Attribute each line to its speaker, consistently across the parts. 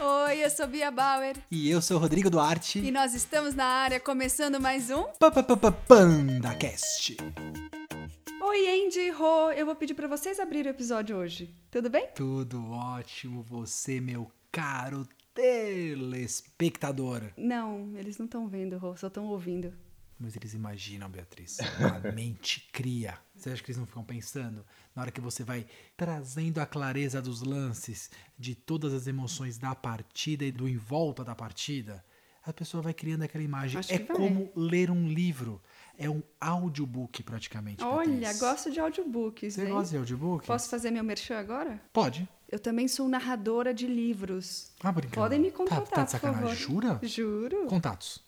Speaker 1: Oi, eu sou Bia Bauer
Speaker 2: E eu sou o Rodrigo Duarte.
Speaker 1: e nós estamos na área começando mais um
Speaker 2: Pa, pa, pa, pa, PandaCast.
Speaker 1: Oi, Andy Ro. Eu vou pedir pra vocês abrir o episódio hoje. Tudo bem?
Speaker 2: Tudo ótimo, você, meu caro telespectador.
Speaker 1: Não, eles não estão vendo, Ro, só estão ouvindo.
Speaker 2: Mas eles imaginam, Beatriz. A mente cria. Você acha que eles não ficam pensando? Na hora que você vai trazendo a clareza dos lances, de todas as emoções da partida e do em volta da partida, a pessoa vai criando aquela imagem.
Speaker 1: Acho
Speaker 2: é
Speaker 1: que vai.
Speaker 2: como ler um livro. É um audiobook, praticamente.
Speaker 1: Olha,
Speaker 2: Beatriz.
Speaker 1: gosto de audiobooks,
Speaker 2: Você
Speaker 1: hein?
Speaker 2: gosta de audiobook?
Speaker 1: Posso fazer meu merchan agora?
Speaker 2: Pode.
Speaker 1: Eu também sou narradora de livros.
Speaker 2: Ah, brincando.
Speaker 1: Podem me
Speaker 2: Tá-
Speaker 1: contratar,
Speaker 2: Tá, de
Speaker 1: por
Speaker 2: sacanagem.
Speaker 1: favor.
Speaker 2: Jura?
Speaker 1: Juro.
Speaker 2: Contatos.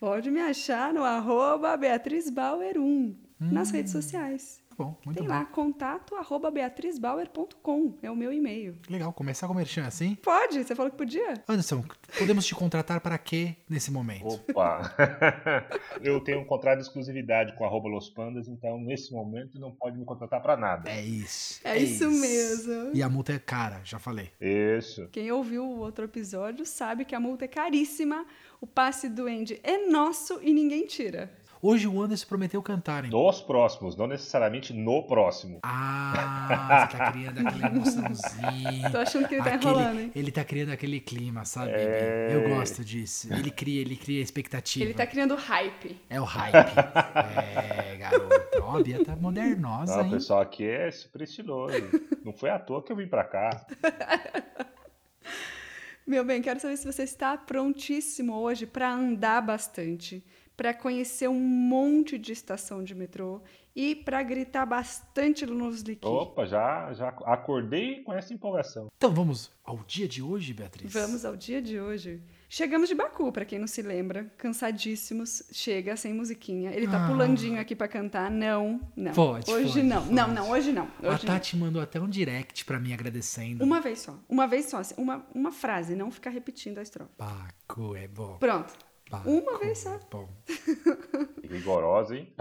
Speaker 1: Pode me achar no arroba beatrizbauer1 nas redes sociais.
Speaker 2: Tá Bom, muito
Speaker 1: Tem
Speaker 2: bom.
Speaker 1: lá, contato arroba beatrizbauer.com. É o meu e-mail.
Speaker 2: Legal, começar com o merchan assim.
Speaker 1: Pode? Você falou que podia?
Speaker 2: Anderson, podemos te contratar para quê nesse momento?
Speaker 3: Opa! Eu tenho um contrato de exclusividade com a Arroba Los Pandas, então nesse momento não pode me contratar pra nada.
Speaker 2: É isso.
Speaker 1: É isso mesmo.
Speaker 2: E a multa é cara, já falei.
Speaker 3: Isso.
Speaker 1: Quem ouviu o outro episódio sabe que a multa é caríssima, o passe do Andy é nosso e ninguém tira.
Speaker 2: Hoje o Anderson prometeu cantar, hein?
Speaker 3: Nos próximos, não necessariamente no próximo.
Speaker 2: Ah, você tá criando aquela emoçãozinha.
Speaker 1: Tô achando que ele tá
Speaker 2: Aquele-
Speaker 1: enrolando, hein?
Speaker 2: Ele tá criando aquele clima, sabe?
Speaker 3: É.
Speaker 2: Eu gosto disso. Ele cria, ele cria a expectativa.
Speaker 1: Ele tá criando hype.
Speaker 2: É o hype. é, garoto. Ó, a Bia tá modernosa,
Speaker 3: Não, o
Speaker 2: hein?
Speaker 3: pessoal aqui é super estiloso. Não foi à toa que eu vim pra cá.
Speaker 1: Meu bem, quero saber se você está prontíssimo hoje pra andar bastante, pra conhecer um monte de estação de metrô e pra gritar bastante nos liquid.
Speaker 3: Opa, já, já acordei com essa empolgação.
Speaker 2: Então vamos ao dia de hoje, Beatriz?
Speaker 1: Vamos ao dia de hoje. Chegamos de Baku, pra quem não se lembra, cansadíssimos, chega sem musiquinha. Ele tá
Speaker 2: Ah.
Speaker 1: pulandinho aqui pra cantar. Não, não.
Speaker 2: Pode,
Speaker 1: hoje
Speaker 2: pode,
Speaker 1: não.
Speaker 2: pode. Ah,
Speaker 1: Não, não, hoje não.
Speaker 2: A
Speaker 1: Hoje não.
Speaker 2: Tati mandou até um direct pra mim agradecendo.
Speaker 1: Uma vez só. Uma vez só. assim, Uma, uma frase, não ficar repetindo a estrofe.
Speaker 2: Paco é bom.
Speaker 1: Pronto.
Speaker 2: Paco
Speaker 1: uma vez só.
Speaker 2: é bom.
Speaker 3: Rigorosa, hein?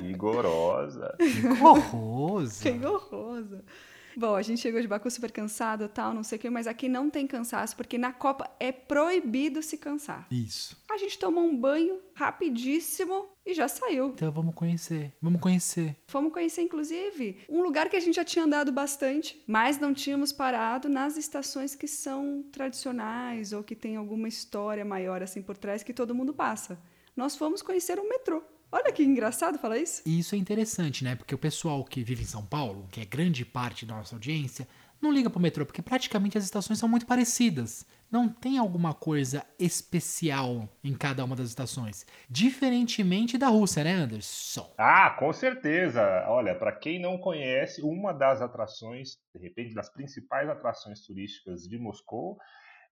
Speaker 3: Rigorosa.
Speaker 2: Que horroroso.
Speaker 1: Que horrorosa. Bom, a gente chegou de Baku super cansado tal, não sei o quê, mas aqui não tem cansaço, porque na Copa é proibido se cansar.
Speaker 2: Isso.
Speaker 1: A gente tomou um banho rapidíssimo e já saiu.
Speaker 2: Então vamos conhecer. Vamos conhecer.
Speaker 1: Fomos conhecer, inclusive, um lugar que a gente já tinha andado bastante, mas não tínhamos parado nas estações que são tradicionais ou que tem alguma história maior assim por trás que todo mundo passa. Nós fomos conhecer o metrô. Olha que engraçado falar isso.
Speaker 2: E isso é interessante, né? Porque o pessoal que vive em São Paulo, que é grande parte da nossa audiência, não liga pro metrô, porque praticamente as estações são muito parecidas. Não tem alguma coisa especial em cada uma das estações. Diferentemente da Rússia, né, Anderson?
Speaker 3: Ah, com certeza. Olha, para quem não conhece, uma das atrações, de repente, das principais atrações turísticas de Moscou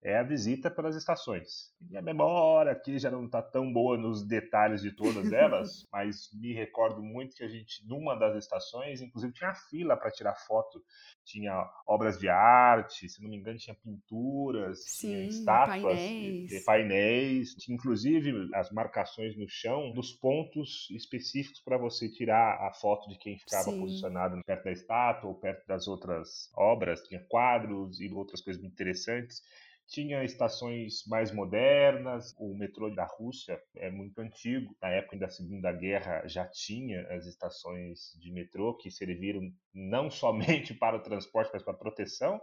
Speaker 3: é a visita pelas estações. Minha memória aqui já não está tão boa nos detalhes de todas elas, mas me recordo muito que a gente, numa das estações, inclusive tinha fila para tirar foto, tinha obras de arte, se não me engano, tinha pinturas, tinha
Speaker 1: Sim,
Speaker 3: estátuas,
Speaker 1: painéis.
Speaker 3: e- e painéis, tinha, inclusive as marcações no chão dos pontos específicos para você tirar a foto de quem ficava
Speaker 1: Sim.
Speaker 3: posicionado perto da estátua ou perto das outras obras, tinha quadros e outras coisas muito interessantes tinha estações mais modernas. O metrô da Rússia é muito antigo. Na época da Segunda Guerra já tinha as estações de metrô que serviram não somente para o transporte, mas para a proteção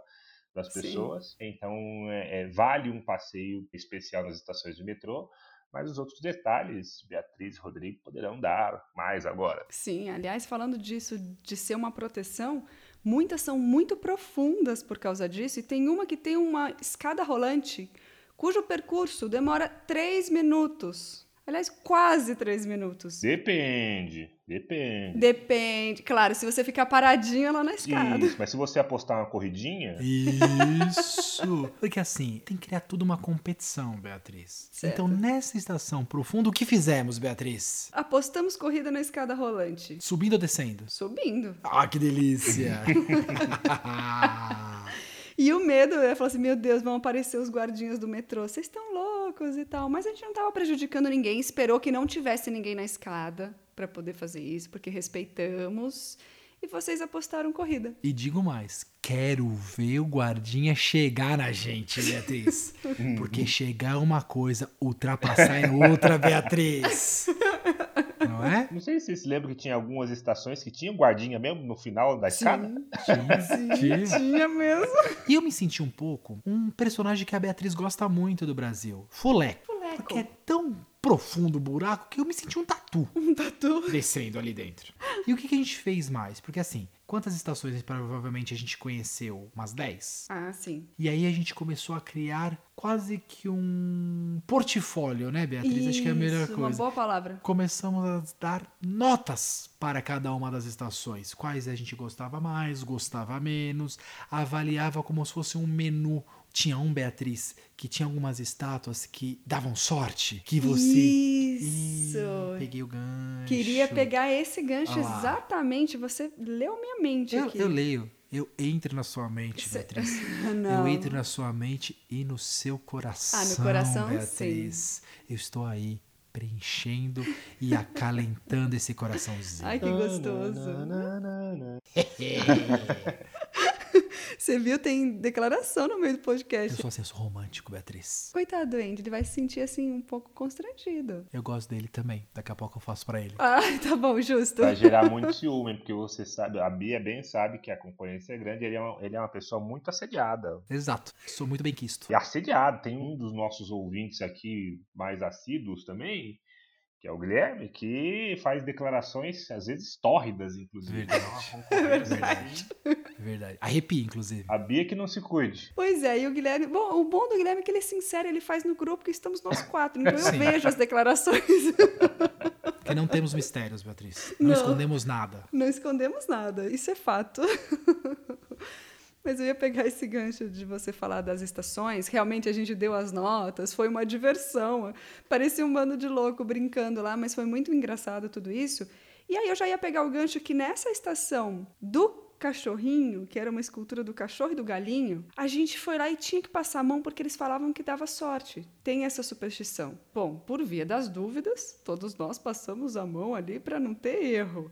Speaker 3: das
Speaker 1: Sim.
Speaker 3: pessoas. Então é- é, vale um passeio especial nas estações de metrô. Mas os outros detalhes, Beatriz e Rodrigo poderão dar mais agora.
Speaker 1: Sim, aliás, falando disso, de ser uma proteção, muitas são muito profundas por causa disso, e tem uma que tem uma escada rolante, cujo percurso demora três minutos. Aliás, quase três minutos.
Speaker 3: Depende, depende.
Speaker 1: Depende. Claro, se você ficar paradinha lá na escada.
Speaker 3: Isso, mas se você apostar uma corridinha,
Speaker 2: Isso! Porque assim, tem que criar tudo uma competição, Beatriz.
Speaker 1: Certo.
Speaker 2: Então, nessa estação profunda, o que fizemos, Beatriz?
Speaker 1: Apostamos corrida na escada rolante.
Speaker 2: Subindo ou descendo?
Speaker 1: Subindo.
Speaker 2: Ah, que delícia!
Speaker 1: E o medo, eu ia falar assim, meu Deus, vão aparecer os guardinhas do metrô. Vocês estão loucos e tal. Mas a gente não tava prejudicando ninguém. Esperou que não tivesse ninguém na escada pra poder fazer isso, porque respeitamos. e vocês apostaram corrida.
Speaker 2: E digo mais, quero ver o guardinha chegar na gente, Beatriz. Porque chegar é uma coisa, ultrapassar é outra, Beatriz. Não é?
Speaker 4: Não sei se vocês lembram que tinha algumas estações que tinha guardinha mesmo no final da escada.
Speaker 2: né?
Speaker 1: Sim, sim, tinha mesmo.
Speaker 2: E eu me senti um pouco um personagem que a Beatriz gosta muito do Brasil. Fuleco. Porque é tão profundo o buraco que eu me senti um tatu
Speaker 1: Um tatu.
Speaker 2: descendo ali dentro. E o que, que a gente fez mais? Porque assim, quantas estações provavelmente a gente conheceu? Umas 10?
Speaker 1: Ah, sim.
Speaker 2: E aí a gente começou a criar quase que um portfólio, né, Beatriz? Acho que é a melhor
Speaker 1: Isso, Uma
Speaker 2: coisa.
Speaker 1: boa palavra.
Speaker 2: Começamos a dar notas para cada uma das estações. Quais a gente gostava mais, gostava menos, avaliava como se fosse um menu. Tinha um Beatriz que tinha algumas estátuas que davam sorte, que você.
Speaker 1: Isso.
Speaker 2: Ih, peguei o gancho.
Speaker 1: Queria pegar esse gancho
Speaker 2: Ah lá.
Speaker 1: exatamente. Você leu minha mente
Speaker 2: Eu,
Speaker 1: aqui.
Speaker 2: eu leio. Eu entro na sua mente,
Speaker 1: Cê-
Speaker 2: Beatriz.
Speaker 1: Ah, não.
Speaker 2: Eu entro na sua mente e no seu coração.
Speaker 1: Ah, no coração,
Speaker 2: Beatriz. Eu estou aí preenchendo e acalentando esse coraçãozinho.
Speaker 1: Ai, que gostoso.
Speaker 4: Nananana.
Speaker 1: Você viu? Tem declaração no meio do
Speaker 2: Eu
Speaker 1: podcast.
Speaker 2: sou assim, eu sou romântico, Beatriz.
Speaker 1: Coitado do Andy, ele vai se sentir assim um pouco constrangido.
Speaker 2: Eu gosto dele também. Daqui a pouco eu faço pra ele.
Speaker 1: Ah, tá bom, justo.
Speaker 4: Vai gerar muito ciúme, porque você sabe, a Bia bem sabe que a concorrência é grande, ele é uma, ele é uma pessoa muito assediada.
Speaker 2: Exato. Sou muito bem quisto.
Speaker 4: E assediado, tem um dos nossos ouvintes aqui mais assíduos também, que é o Guilherme, que faz declarações, às vezes, tórridas, inclusive.
Speaker 2: Verdade.
Speaker 4: É uma concorrência
Speaker 2: Verdade. Verdade. Arrepio, inclusive.
Speaker 4: A Bia que não se cuide.
Speaker 1: Pois é, e o Guilherme. Bom, o bom do Guilherme é que ele é sincero, ele faz no grupo que estamos nós quatro. Então eu
Speaker 2: Sim.
Speaker 1: vejo as declarações.
Speaker 2: Porque não temos mistérios, Beatriz. Não,
Speaker 1: Não.
Speaker 2: escondemos nada.
Speaker 1: Não escondemos nada, isso é fato. Mas eu ia pegar esse gancho de você falar das estações. Realmente a gente deu as notas, foi uma diversão. Parecia um bando de louco brincando lá, mas foi muito engraçado tudo isso. E aí eu já ia pegar o gancho que nessa estação do cachorrinho, que era uma escultura do cachorro e do galinho, a gente foi lá e tinha que passar a mão porque eles falavam que dava sorte. Tem essa superstição. Bom, por via das dúvidas, todos nós passamos a mão ali para não ter erro.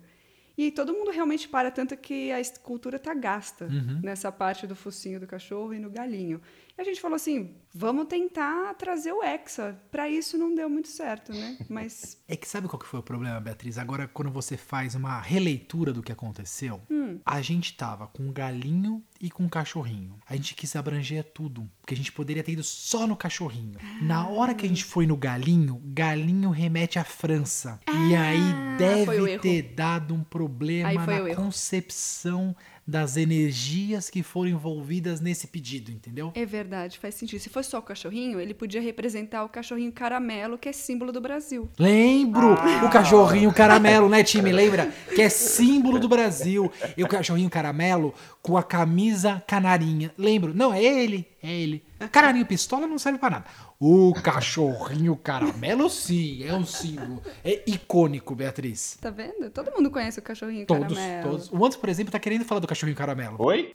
Speaker 1: E todo mundo realmente para, tanto que a escultura tá gasta
Speaker 2: Uhum.
Speaker 1: nessa parte do focinho do cachorro e no galinho. E a gente falou assim: vamos tentar trazer o Hexa. Para isso não deu muito certo, né? Mas.
Speaker 2: É que sabe qual que foi o problema, Beatriz? Agora, quando você faz uma releitura do que aconteceu,
Speaker 1: Hum.
Speaker 2: a gente tava com um galinho e com um cachorrinho. A gente quis abranger tudo, porque a gente poderia ter ido só no cachorrinho.
Speaker 1: Ah.
Speaker 2: Na hora que a gente foi no galinho, galinho remete à França. e aí
Speaker 1: Ah, foi o
Speaker 2: deve
Speaker 1: erro.
Speaker 2: ter dado um problema
Speaker 1: Aí foi o
Speaker 2: na
Speaker 1: erro.
Speaker 2: concepção das energias que foram envolvidas nesse pedido, entendeu?
Speaker 1: É verdade, faz sentido. Se fosse só o cachorrinho, ele podia representar o cachorrinho caramelo, que é símbolo do Brasil.
Speaker 2: Lembro!
Speaker 4: Ah.
Speaker 2: O cachorrinho caramelo, né, time? Lembra? Que é símbolo do Brasil. E o cachorrinho caramelo com a camisa canarinha. Lembro? Não, é ele. É ele. Canarinho pistola não serve pra nada. O cachorrinho caramelo, sim, é um símbolo. É icônico, Beatriz.
Speaker 1: Tá vendo? Todo mundo conhece o cachorrinho
Speaker 2: Todos,
Speaker 1: caramelo.
Speaker 2: todos. O Antes, por exemplo, tá querendo falar do cachorrinho caramelo.
Speaker 4: Oi?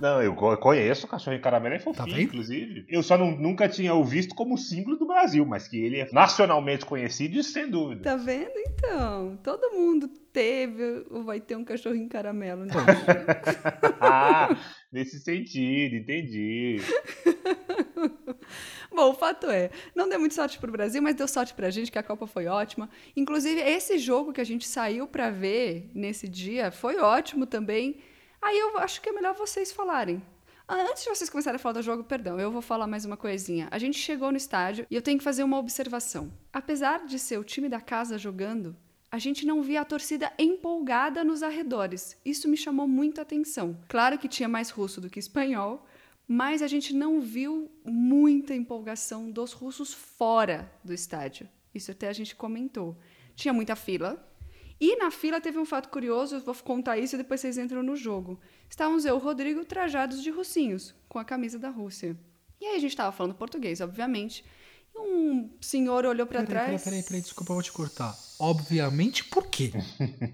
Speaker 4: Não, eu co- conheço o cachorro de caramelo, é
Speaker 2: Tá
Speaker 4: fofinho,
Speaker 2: vendo?
Speaker 4: inclusive. Eu só não- nunca tinha o visto como símbolo do Brasil, mas que ele é nacionalmente conhecido, isso sem dúvida.
Speaker 1: Tá vendo então? Todo mundo teve ou vai ter um cachorrinho caramelo. Né?
Speaker 4: Ah, nesse sentido, entendi.
Speaker 1: Bom, o fato é, não deu muito sorte pro Brasil, mas deu sorte pra gente, que a Copa foi ótima. Inclusive, esse jogo que a gente saiu pra ver nesse dia foi ótimo também. Aí eu acho que é melhor vocês falarem. Ah, Antes de vocês começarem a falar do jogo, perdão, eu vou falar mais uma coisinha. A gente chegou no estádio e eu tenho que fazer uma observação. Apesar de ser o time da casa jogando, a gente não via a torcida empolgada nos arredores. Isso me chamou muita atenção. Claro que tinha mais russo do que espanhol, mas a gente não viu muita empolgação dos russos fora do estádio. Isso até a gente comentou. Tinha muita fila. E na fila teve um fato curioso, eu vou contar isso e depois vocês entram no jogo. Estávamos eu e o Rodrigo trajados de russinhos, com a camisa da Rússia. E aí a gente estava falando português, obviamente. E um senhor olhou para
Speaker 2: Peraí, peraí,
Speaker 1: trás.
Speaker 2: peraí, peraí, desculpa, eu vou te cortar. Obviamente, por quê?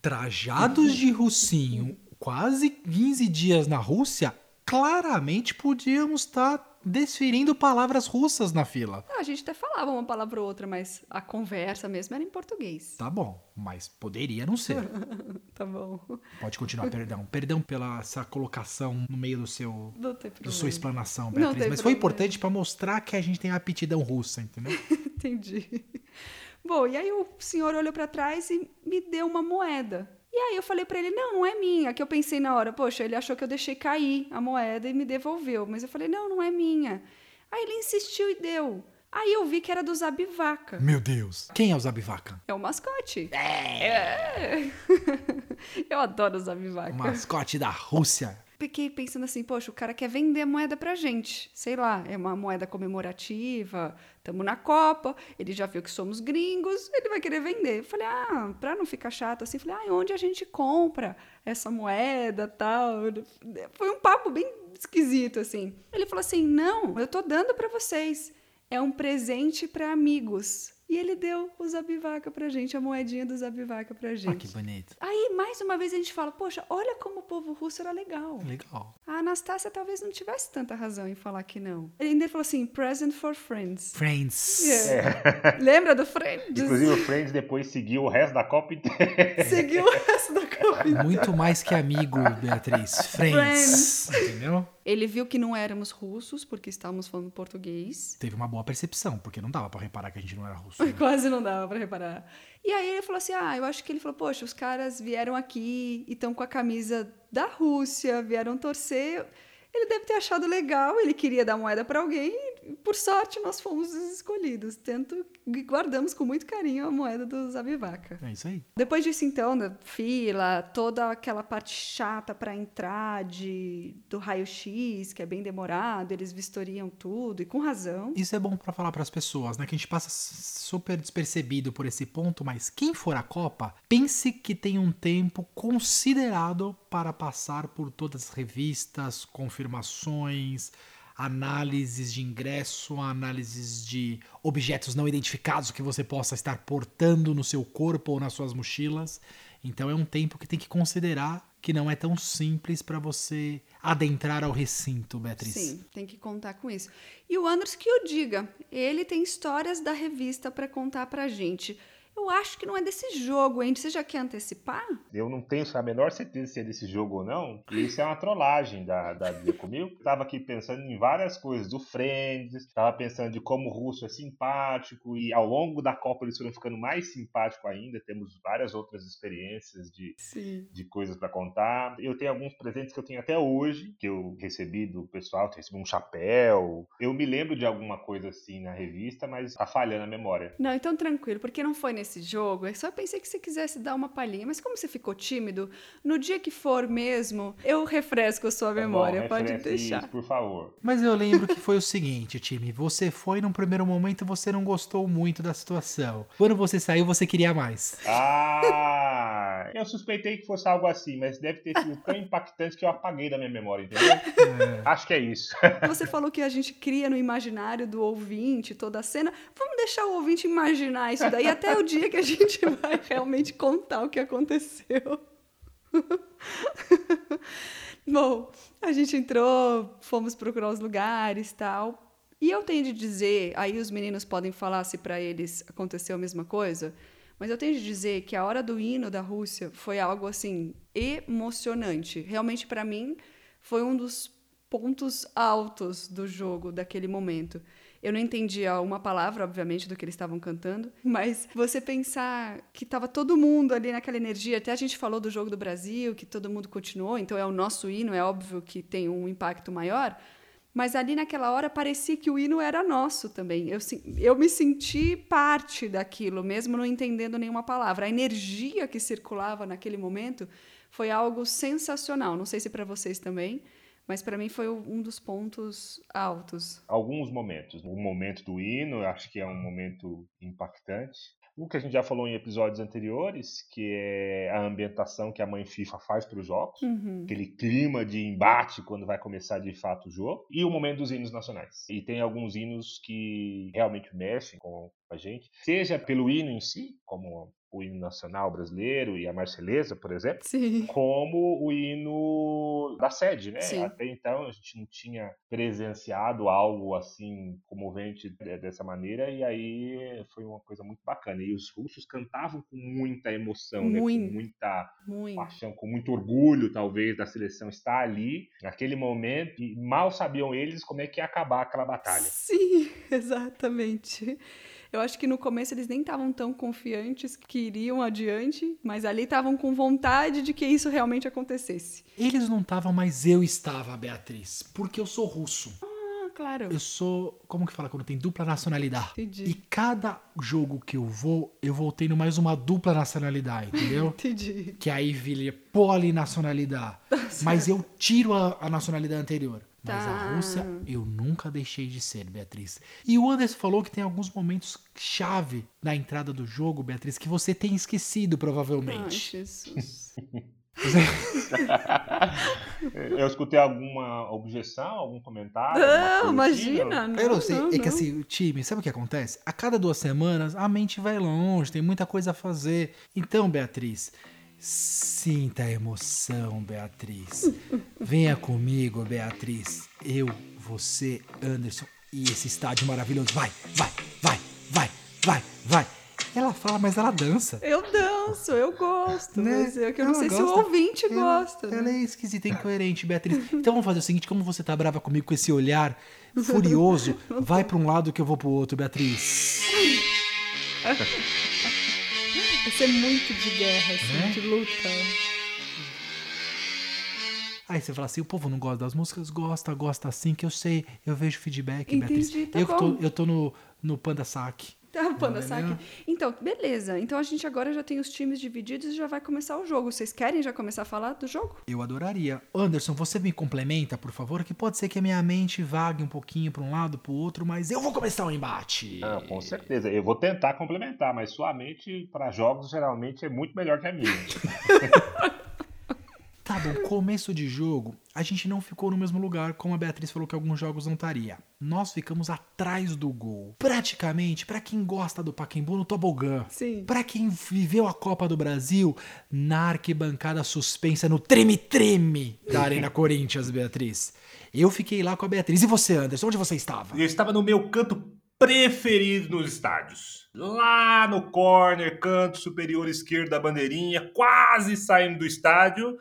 Speaker 2: Trajados de russinho, quase 15 dias na Rússia, claramente podíamos estar desferindo palavras russas na fila.
Speaker 1: Ah, a gente até falava uma palavra ou outra, mas a conversa mesmo era em português.
Speaker 2: Tá bom, mas poderia não ser.
Speaker 1: Tá bom.
Speaker 2: Pode continuar, perdão. Perdão pela essa colocação no meio do seu
Speaker 1: Não tem problema.
Speaker 2: da sua explanação,
Speaker 1: Não
Speaker 2: Beatriz,
Speaker 1: tem
Speaker 2: mas foi
Speaker 1: problema.
Speaker 2: importante pra mostrar que a gente tem aptidão russa, entendeu?
Speaker 1: Entendi. Bom, e aí o senhor olhou pra trás e me deu uma moeda. E aí eu falei pra ele: "Não, não é minha". Que eu pensei na hora, poxa, ele achou que eu deixei cair a moeda e me devolveu, mas eu falei: "Não, não é minha". Aí ele insistiu e deu. Aí eu vi que era do Zabivaca.
Speaker 2: Meu Deus. Quem é o Zabivaca?
Speaker 1: É o mascote. É. eu adoro o Zabivaca.
Speaker 2: O mascote da Rússia.
Speaker 1: Fiquei pensando assim, poxa, o cara quer vender a moeda pra gente. Sei lá, é uma moeda comemorativa, estamos na Copa, ele já viu que somos gringos, ele vai querer vender. Eu falei, ah, pra não ficar chato assim, falei, ah, onde a gente compra essa moeda tal? Foi um papo bem esquisito, assim. Ele falou assim, não, eu tô dando pra vocês. É um presente pra amigos. E ele deu o Zabivaca pra gente, a moedinha do Zabivaca pra
Speaker 2: Olha Ah, que
Speaker 1: gente.
Speaker 2: bonito.
Speaker 1: Aí, mais uma vez, a gente fala, poxa, olha como o povo russo era legal.
Speaker 2: Legal.
Speaker 1: A Anastácia talvez não tivesse tanta razão em falar que não. Ele ainda falou assim, present for friends.
Speaker 2: Friends.
Speaker 1: Yeah. Lembra do
Speaker 3: Inclusive
Speaker 1: Friends?
Speaker 3: o Friends depois seguiu o resto da Copa inteira.
Speaker 1: Seguiu o resto da Covid.
Speaker 2: Muito mais que amigo, Beatriz. Friends. Entendeu?
Speaker 1: Ele viu que não éramos russos, porque estávamos falando português.
Speaker 2: Teve uma boa percepção, porque não dava pra reparar que a gente não era né? russo.
Speaker 1: Ai, Quase não dava pra reparar. E aí ele falou assim: ah, eu acho que ele falou, poxa, os caras vieram aqui e estão com a camisa da Rússia, vieram torcer. Ele deve ter achado legal, ele queria dar moeda pra alguém. E, por sorte, nós fomos os escolhidos. Tanto que guardamos com muito carinho a moeda do Zabivaca.
Speaker 2: É isso aí.
Speaker 1: Depois disso, então, da fila, toda aquela parte chata pra entrar de, do raio-x, que é bem demorado, eles vistoriam tudo, e com razão.
Speaker 2: Isso é bom pra falar pras pessoas, né? Que a gente passa s- super despercebido por esse ponto, mas quem for à Copa, pense que tem um tempo considerado para passar por todas as revistas, confirmações, análises de ingresso, análises de objetos não identificados que você possa estar portando no seu corpo ou nas suas mochilas. Então é um tempo que tem que considerar que não é tão simples pra você adentrar ao recinto, Beatriz.
Speaker 1: Sim, tem que contar com isso. E o Anders que o diga, ele tem histórias da revista para contar pra gente. Eu acho que não é desse jogo, hein? Você já quer antecipar?
Speaker 3: Eu não tenho a menor certeza se é desse jogo ou não. E isso é uma trollagem da, da Bia comigo. Eu Tava aqui pensando em várias coisas do Friends, tava pensando de como o russo é simpático, e ao longo da Copa eles foram ficando mais simpáticos ainda. Temos várias outras experiências de,
Speaker 1: Sim.
Speaker 3: de coisas pra contar. Eu tenho alguns presentes que eu tenho até hoje, que eu recebi do pessoal, que eu recebi um chapéu. Eu me lembro de alguma coisa assim na revista, mas tá falhando a memória.
Speaker 1: Não, então tranquilo, porque não foi nesse jogo. Eu só pensei que você quisesse dar uma palhinha, mas como você ficou tímido, no dia que for mesmo, eu refresco a sua
Speaker 3: Tá bom,
Speaker 1: memória, pode
Speaker 3: referência
Speaker 1: deixar.
Speaker 3: isso, por favor.
Speaker 2: Mas eu lembro que foi o seguinte, time. Você foi num primeiro momento, você não gostou muito da situação. Quando você saiu, você queria mais.
Speaker 3: Ah! Eu suspeitei que fosse algo assim, mas deve ter sido tão impactante que eu apaguei da minha memória, entendeu? Acho que é isso.
Speaker 1: Você falou que a gente cria no imaginário do ouvinte toda a cena. Vamos deixar o ouvinte imaginar isso daí até o dia que a gente vai realmente contar o que aconteceu. Bom, a gente entrou, fomos procurar os lugares tal. E eu tenho de dizer, aí os meninos podem falar se para eles aconteceu a mesma coisa, mas eu tenho de dizer que a hora do hino da Rússia foi algo assim emocionante. Realmente para mim foi um dos pontos altos do jogo daquele momento. Eu não entendia uma palavra, obviamente, do que eles estavam cantando, mas você pensar que estava todo mundo ali naquela energia, até a gente falou do jogo do Brasil, que todo mundo continuou, então é o nosso hino, é óbvio que tem um impacto maior, mas ali naquela hora parecia que o hino era nosso também. Eu, sen- eu me senti parte daquilo, mesmo não entendendo nenhuma palavra. A energia que circulava naquele momento foi algo sensacional. Não sei se para vocês também, mas para mim foi o- um dos pontos altos.
Speaker 3: Alguns momentos. O momento do hino, eu acho que é um momento impactante. O que a gente já falou em episódios anteriores, que é a ambientação que a mãe FIFA faz para os jogos.
Speaker 1: Uhum.
Speaker 3: Aquele clima de embate quando vai começar de fato o jogo. E o momento dos hinos nacionais. E tem alguns hinos que realmente mexem com a gente. Seja pelo hino em si, como
Speaker 4: o hino nacional brasileiro e a Marselhesa, por exemplo,
Speaker 1: Sim.
Speaker 4: como o hino da sede, né?
Speaker 1: Sim.
Speaker 4: Até então a gente não tinha presenciado algo assim comovente de- dessa maneira e aí foi uma coisa muito bacana. E os russos cantavam com muita emoção, né?
Speaker 1: Muito.
Speaker 4: com muita
Speaker 1: Muito.
Speaker 4: paixão, com muito orgulho, talvez, da seleção estar ali naquele momento e mal sabiam eles como é que ia acabar aquela batalha.
Speaker 1: Sim, exatamente. Eu acho que no começo eles nem estavam tão confiantes que iriam adiante, mas ali estavam com vontade de que isso realmente acontecesse.
Speaker 2: Eles não estavam, mas eu estava, Beatriz. Porque eu sou russo.
Speaker 1: Ah, claro.
Speaker 2: Eu sou. Como que fala quando tem dupla nacionalidade?
Speaker 1: Entendi.
Speaker 2: E cada jogo que eu vou, eu vou tendo mais uma dupla nacionalidade, entendeu?
Speaker 1: Entendi.
Speaker 2: que aí vira polinacionalidade. Mas eu tiro a, a nacionalidade anterior. Mas
Speaker 1: Tá.
Speaker 2: a Rússia eu nunca deixei de ser, Beatriz. E o Anderson falou que tem alguns momentos chave na entrada do jogo, Beatriz, que você tem esquecido,
Speaker 1: Ai,
Speaker 2: provavelmente.
Speaker 1: Ah, Jesus.
Speaker 4: Eu escutei alguma objeção, algum comentário?
Speaker 1: Não,
Speaker 4: alguma coisa do tipo?
Speaker 1: imagina. Não,
Speaker 2: é eu não sei, é que
Speaker 1: não.
Speaker 2: assim, o time, sabe o que acontece? A cada duas semanas a mente vai longe, tem muita coisa a fazer. Então, Beatriz, sinta a emoção, Beatriz. Venha comigo, Beatriz. Eu, você, Anderson e esse estádio maravilhoso. Vai, vai, vai, vai, vai, vai. Ela fala, mas ela dança.
Speaker 1: Eu danço, eu gosto,
Speaker 2: Né?
Speaker 1: mas é que eu não
Speaker 2: Ela
Speaker 1: sei se o
Speaker 2: gosta.
Speaker 1: ouvinte
Speaker 2: Ela-
Speaker 1: gosta.
Speaker 2: Ela,
Speaker 1: né?
Speaker 2: é esquisita, incoerente, Beatriz. Então vamos fazer o seguinte: como você tá brava comigo com esse olhar furioso, vai pra um lado que eu vou pro outro, Beatriz.
Speaker 1: Isso é muito de guerra, assim,
Speaker 2: Né?
Speaker 1: de luta.
Speaker 2: Aí você fala assim: o povo não gosta das músicas, gosta, gosta assim, que eu sei, eu vejo feedback,
Speaker 1: Entendi,
Speaker 2: Beatriz.
Speaker 1: tá
Speaker 2: eu, que tô,
Speaker 1: bom.
Speaker 2: eu tô no, no Panda Saque.
Speaker 1: Tá, Panda
Speaker 2: Olha.
Speaker 1: Saque. Então, beleza. Então a gente agora já tem os times divididos e já vai começar o jogo. Vocês querem já começar a falar do jogo?
Speaker 2: Eu adoraria. Anderson, você me complementa, por favor, que pode ser que a minha mente vague um pouquinho pra um lado, pro outro, mas eu vou começar o embate.
Speaker 4: Ah, com certeza. Eu vou tentar complementar, mas sua mente para jogos geralmente é muito melhor que a minha.
Speaker 2: Tá bom, começo de jogo, a gente não ficou no mesmo lugar, como a Beatriz falou que alguns jogos não estaria. Nós ficamos atrás do gol. Praticamente, pra quem gosta do Pacaembu, no tobogã.
Speaker 1: Sim.
Speaker 2: Pra quem viveu a Copa do Brasil, na arquibancada suspensa no treme-treme da Arena Corinthians, Beatriz. Eu fiquei lá com a Beatriz. E você, Anderson, onde você estava?
Speaker 3: Eu estava no meu canto preferido nos estádios. Lá no corner, canto superior esquerdo da bandeirinha, quase saindo do estádio,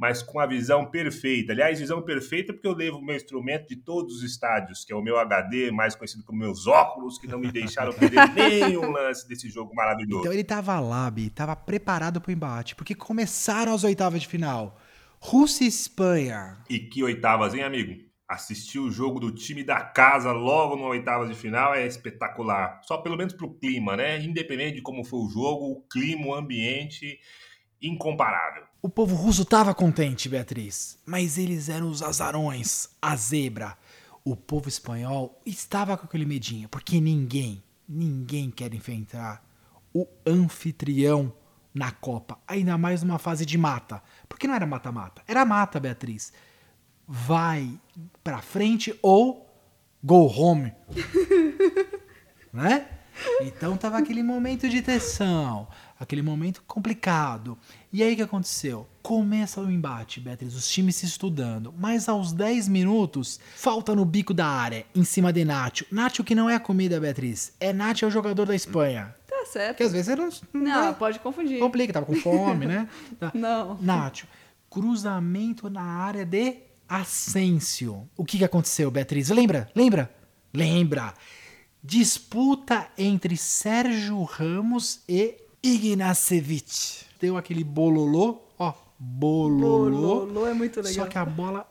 Speaker 3: mas com a visão perfeita. Aliás, visão perfeita porque eu levo o meu instrumento de todos os estádios, que é o meu HD, mais conhecido como meus óculos, que não me deixaram perder nenhum lance desse jogo maravilhoso.
Speaker 2: Então ele tava lá, Bi, tava preparado pro embate, porque começaram as oitavas de final. Rússia e Espanha.
Speaker 3: E que oitavas, hein, amigo? Assistir o jogo do time da casa logo no oitavas de final é espetacular. Só pelo menos pro clima, né? Independente de como foi o jogo, o clima, o ambiente, incomparável.
Speaker 2: O povo russo tava contente, Beatriz, mas eles eram os azarões, a zebra. O povo espanhol estava com aquele medinho, porque ninguém, ninguém quer enfrentar o anfitrião na Copa, ainda mais numa fase de mata. Porque não era mata-mata, era mata, Beatriz. Vai pra frente ou go home né? Então tava aquele momento de tensão, aquele momento complicado. E aí o que aconteceu? Começa o embate, Beatriz, os times se estudando, mas aos 10 minutos, falta no bico da área, em cima de Nacho. Nacho que não é a comida, Beatriz, é Nacho é o jogador da Espanha.
Speaker 1: Tá certo.
Speaker 2: Que às vezes não,
Speaker 1: Não,
Speaker 2: né?
Speaker 1: pode confundir.
Speaker 2: complica, tava com fome, né? Tá.
Speaker 1: Não.
Speaker 2: Nacho, cruzamento na área de Asensio. O que, que aconteceu, Beatriz? Lembra? Lembra? Lembra. Disputa entre Sérgio Ramos e Ignacevich. Deu aquele bololô, ó, bololô.
Speaker 1: Bololô é muito legal.
Speaker 2: Só que a bola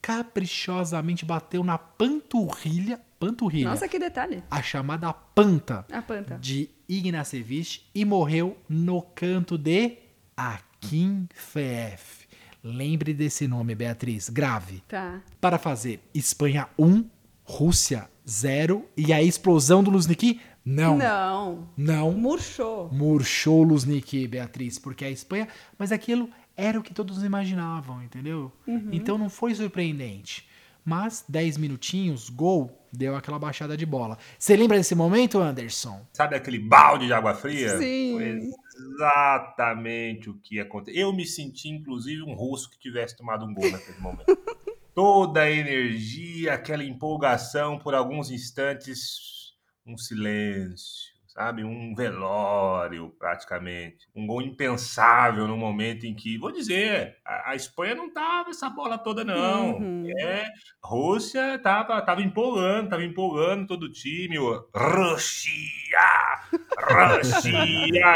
Speaker 2: caprichosamente bateu na panturrilha, panturrilha.
Speaker 1: Nossa, que detalhe.
Speaker 2: A chamada panta
Speaker 1: A planta.
Speaker 2: de Ignacevich e morreu no canto de Akin Feef. Lembre desse nome, Beatriz, grave.
Speaker 1: Tá.
Speaker 2: Para fazer Espanha 1, Rússia 0 e a explosão do Luzniki? Não.
Speaker 1: Não.
Speaker 2: Não.
Speaker 1: Murchou.
Speaker 2: Murchou o Luzniki, Beatriz, porque é a Espanha. Mas aquilo era o que todos imaginavam, entendeu? Então não foi surpreendente. Mas 10 minutinhos, gol, deu aquela baixada de bola. Você lembra desse momento, Anderson?
Speaker 3: Sabe aquele balde de água fria?
Speaker 1: Sim.
Speaker 3: Foi exatamente o que aconteceu. Eu me senti, inclusive, um russo que tivesse tomado um gol naquele momento. Toda a energia, aquela empolgação, por alguns instantes, um silêncio, sabe? Um velório, praticamente. Um gol impensável no momento em que, vou dizer, a, a Espanha não tava essa bola toda, não.
Speaker 1: Uhum.
Speaker 3: É, Rússia tava, tava empolgando, tava empolgando todo o time. o Rússia! Rússia!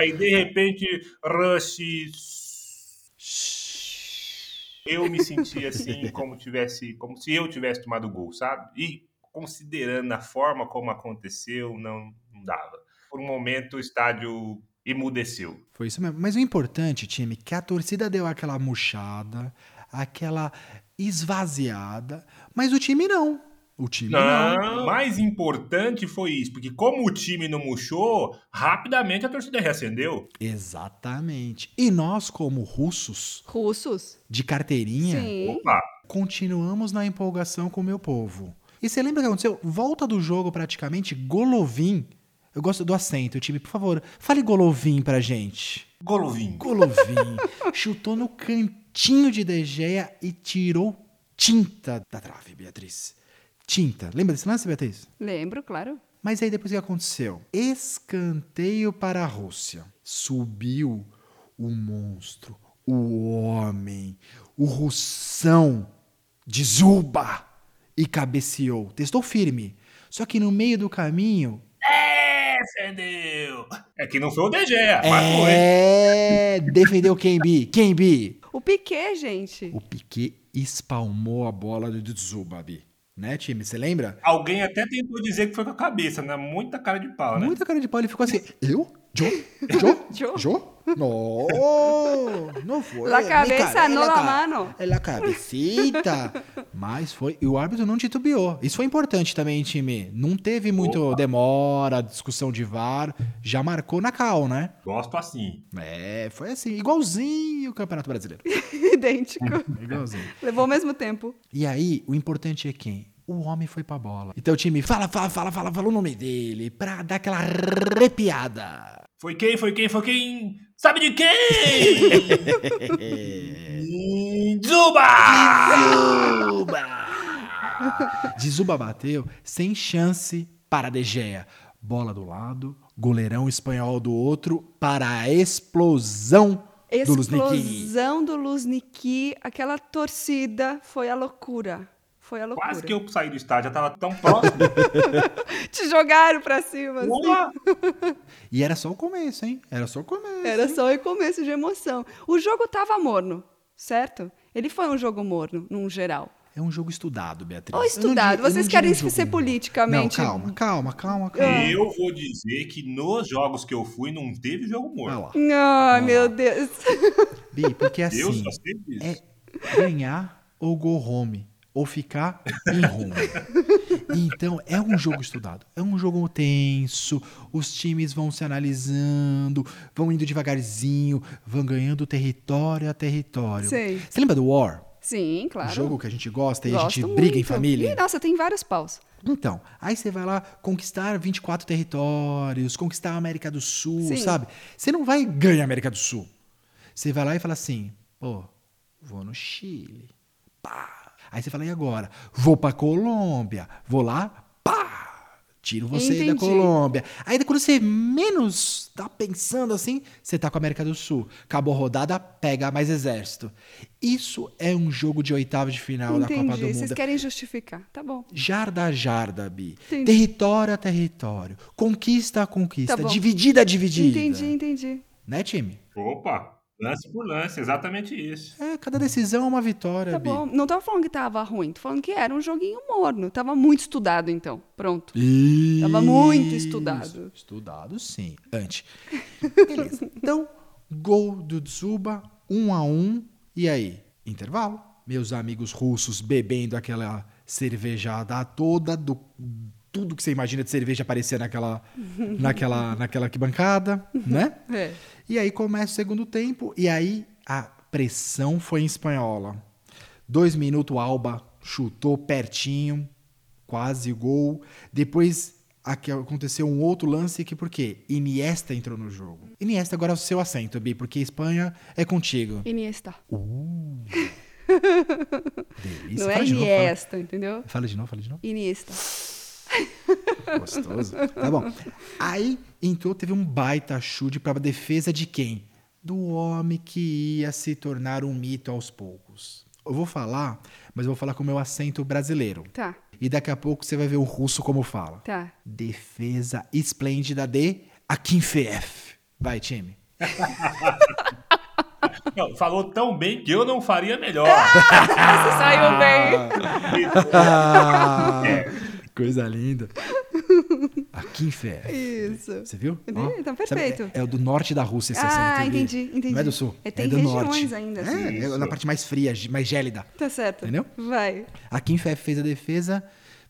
Speaker 3: e de repente, Rússia. Eu me senti assim, como tivesse, como se eu tivesse tomado gol, sabe? E considerando a forma como aconteceu, não, não dava. Por um momento, o estádio emudeceu.
Speaker 2: Foi isso mesmo. Mas o importante, time, que a torcida deu aquela murchada, aquela esvaziada, mas o time não. O time não.
Speaker 3: Não, o mais importante foi isso, porque como o time não murchou, rapidamente a torcida reacendeu.
Speaker 2: Exatamente. E nós, como russos
Speaker 1: Russos?
Speaker 2: de carteirinha,
Speaker 1: Sim.
Speaker 3: Opa,
Speaker 2: continuamos na empolgação com o meu povo. E você lembra o que aconteceu? Volta do jogo praticamente, Golovin. Eu gosto do acento, time, por favor, fale Golovin pra gente.
Speaker 3: Golovin.
Speaker 2: Golovin chutou no cantinho de De Gea e tirou tinta da trave, Beatriz. Tinta. Lembra desse lance, Beatriz?
Speaker 1: Lembro, claro.
Speaker 2: Mas aí depois o que aconteceu? Escanteio para a Rússia. Subiu o monstro, o homem, o russão de Zuba e cabeceou. Testou firme. Só que no meio do caminho.
Speaker 3: Reacendeu. É que não foi o DG, mas foi.
Speaker 2: É. Defendeu Kembi. Kembi.
Speaker 1: O Piquet, gente.
Speaker 2: O Piquet espalmou a bola do Zuba, Bi. Né, time? Você lembra?
Speaker 3: Alguém até tentou dizer que foi com a cabeça, né? Muita cara de pau, né?
Speaker 2: Muita cara de pau, ele ficou assim. Eu? Jô? Jô?
Speaker 1: Jô?
Speaker 2: Jô? Não! Não foi.
Speaker 1: La
Speaker 2: Mi
Speaker 1: cabeça,
Speaker 2: cara-
Speaker 1: no
Speaker 2: la
Speaker 1: la
Speaker 2: ca-
Speaker 1: mano.
Speaker 2: É la cabecita. Mas foi. E o árbitro não titubeou. Isso foi importante também, time. Não teve muito demora, discussão de VAR. Já marcou na cal, né?
Speaker 3: Gosto assim.
Speaker 2: É, foi assim. Igualzinho o Campeonato Brasileiro.
Speaker 1: Idêntico.
Speaker 2: Igualzinho.
Speaker 1: Levou o mesmo tempo.
Speaker 2: E aí, o importante é quem? O homem foi pra bola. Então o time fala, fala, fala, fala, fala o nome dele pra dar aquela arrepiada.
Speaker 3: Foi quem, foi quem, foi quem? Sabe de quem? Zuba!
Speaker 2: Dizuba bateu sem chance para De Gea. Bola do lado, goleirão espanhol do outro para a explosão do Luznik.
Speaker 1: Explosão do Luzniki. Aquela torcida foi a loucura. Foi a loucura.
Speaker 3: Quase que eu saí do estádio, já tava tão próximo.
Speaker 1: Te jogaram pra cima. assim.
Speaker 3: Uma,
Speaker 2: E era só o começo, hein? Era só o começo.
Speaker 1: Era só o começo de emoção. O jogo tava morno, certo? Ele foi um jogo morno, num geral.
Speaker 2: É um jogo estudado, Beatriz.
Speaker 1: Ou
Speaker 2: Eu não
Speaker 1: estudado,
Speaker 2: diria- eu
Speaker 1: vocês
Speaker 2: não
Speaker 1: querem
Speaker 2: diria um
Speaker 1: ser
Speaker 2: jogo bom.
Speaker 1: politicamente-
Speaker 2: Não, calma, calma, calma, calma.
Speaker 3: eu vou dizer que nos jogos que eu fui, não teve jogo
Speaker 2: Olha
Speaker 3: morto.
Speaker 2: lá.
Speaker 1: Ai, meu Deus.
Speaker 2: Bi, porque assim.
Speaker 3: Eu só sei disso.
Speaker 2: é ganhar ou go home, ou ficar em home. Então, é um jogo estudado, é um jogo tenso, os times vão se analisando, vão indo devagarzinho, vão ganhando território a território.
Speaker 1: Sei.
Speaker 2: Você lembra do War?
Speaker 1: Sim, claro.
Speaker 2: O Um jogo que a gente gosta e a
Speaker 1: Gosto
Speaker 2: gente briga em
Speaker 1: muito.
Speaker 2: família?
Speaker 1: Ih, nossa, tem vários paus.
Speaker 2: Então, aí você vai lá conquistar 24 territórios, conquistar a América do Sul,
Speaker 1: Sim.
Speaker 2: sabe? Você não vai ganhar a América do Sul. Você vai lá e fala assim, pô, vou no Chile, pá. Aí você fala, e agora? Vou pra Colômbia, vou lá, pá. Tiro você da
Speaker 1: Entendi.
Speaker 2: Colômbia. Aí quando você menos tá pensando assim, você tá com a América do Sul. Acabou a rodada, pega mais exército. Isso é um jogo de oitava de final da Copa do
Speaker 1: Entendi.
Speaker 2: Mundo.
Speaker 1: Vocês querem justificar. Tá bom.
Speaker 2: Jarda a jarda, Bi.
Speaker 1: Entendi.
Speaker 2: Território a território. Conquista a conquista.
Speaker 1: Tá bom.
Speaker 2: dividida a dividida.
Speaker 1: Entendi, entendi.
Speaker 2: Né, time?
Speaker 3: Opa, lance por lance, exatamente isso.
Speaker 2: É, cada decisão é uma vitória,
Speaker 1: Tá
Speaker 2: Bi.
Speaker 1: bom. Não tava falando que tava ruim, tô falando que era um joguinho morno. Tava muito estudado, então. Pronto. Tava muito estudado.
Speaker 2: Isso. Estudado, sim. Antes. Beleza. Então, gol do Tsuba, um a um. E aí? Intervalo. Meus amigos russos bebendo aquela cervejada toda, do, tudo que você imagina de cerveja aparecer naquela, naquela, naquela arquibancada, né?
Speaker 1: É.
Speaker 2: E aí começa o segundo tempo, e aí a pressão foi em espanhola. Dois minutos, Alba chutou pertinho, quase gol. Depois aqui aconteceu um outro lance que por quê? Iniesta entrou no jogo. Iniesta agora é o seu assento, Bi, porque Espanha é contigo.
Speaker 1: Iniesta.
Speaker 2: Uh, delícia.
Speaker 1: Não é
Speaker 2: fala de novo, né? fala.
Speaker 1: Iniesta, entendeu?
Speaker 2: fala de novo, fala de novo.
Speaker 1: Iniesta.
Speaker 2: Gostoso. Tá bom. Aí entrou, teve um baita chute pra defesa de quem? Do homem que ia se tornar um mito aos poucos. Eu vou falar, mas eu vou falar com o meu acento brasileiro.
Speaker 1: Tá,
Speaker 2: E daqui a pouco você vai ver o russo como fala.
Speaker 1: tá.
Speaker 2: Defesa esplêndida de Akinfeev. Vai, time.
Speaker 3: Não, falou tão bem que eu não faria melhor.
Speaker 1: Você saiu bem.
Speaker 2: Ah, coisa linda. Akinfeev.
Speaker 1: Isso.
Speaker 2: Você viu?
Speaker 1: Entendi,
Speaker 2: Ó,
Speaker 1: tá
Speaker 2: sabe,
Speaker 1: perfeito.
Speaker 2: É, é o do norte da Rússia, esse
Speaker 1: Ah,
Speaker 2: acento, Bi.
Speaker 1: entendi, entendi.
Speaker 2: Não é do sul.
Speaker 1: É, tem
Speaker 2: é do
Speaker 1: regiões
Speaker 2: norte.
Speaker 1: ainda,
Speaker 2: É,
Speaker 1: assim.
Speaker 2: é na parte mais fria, gé- mais gélida.
Speaker 1: Tá certo.
Speaker 2: Entendeu?
Speaker 1: Vai.
Speaker 2: A Kim Fé fez a defesa,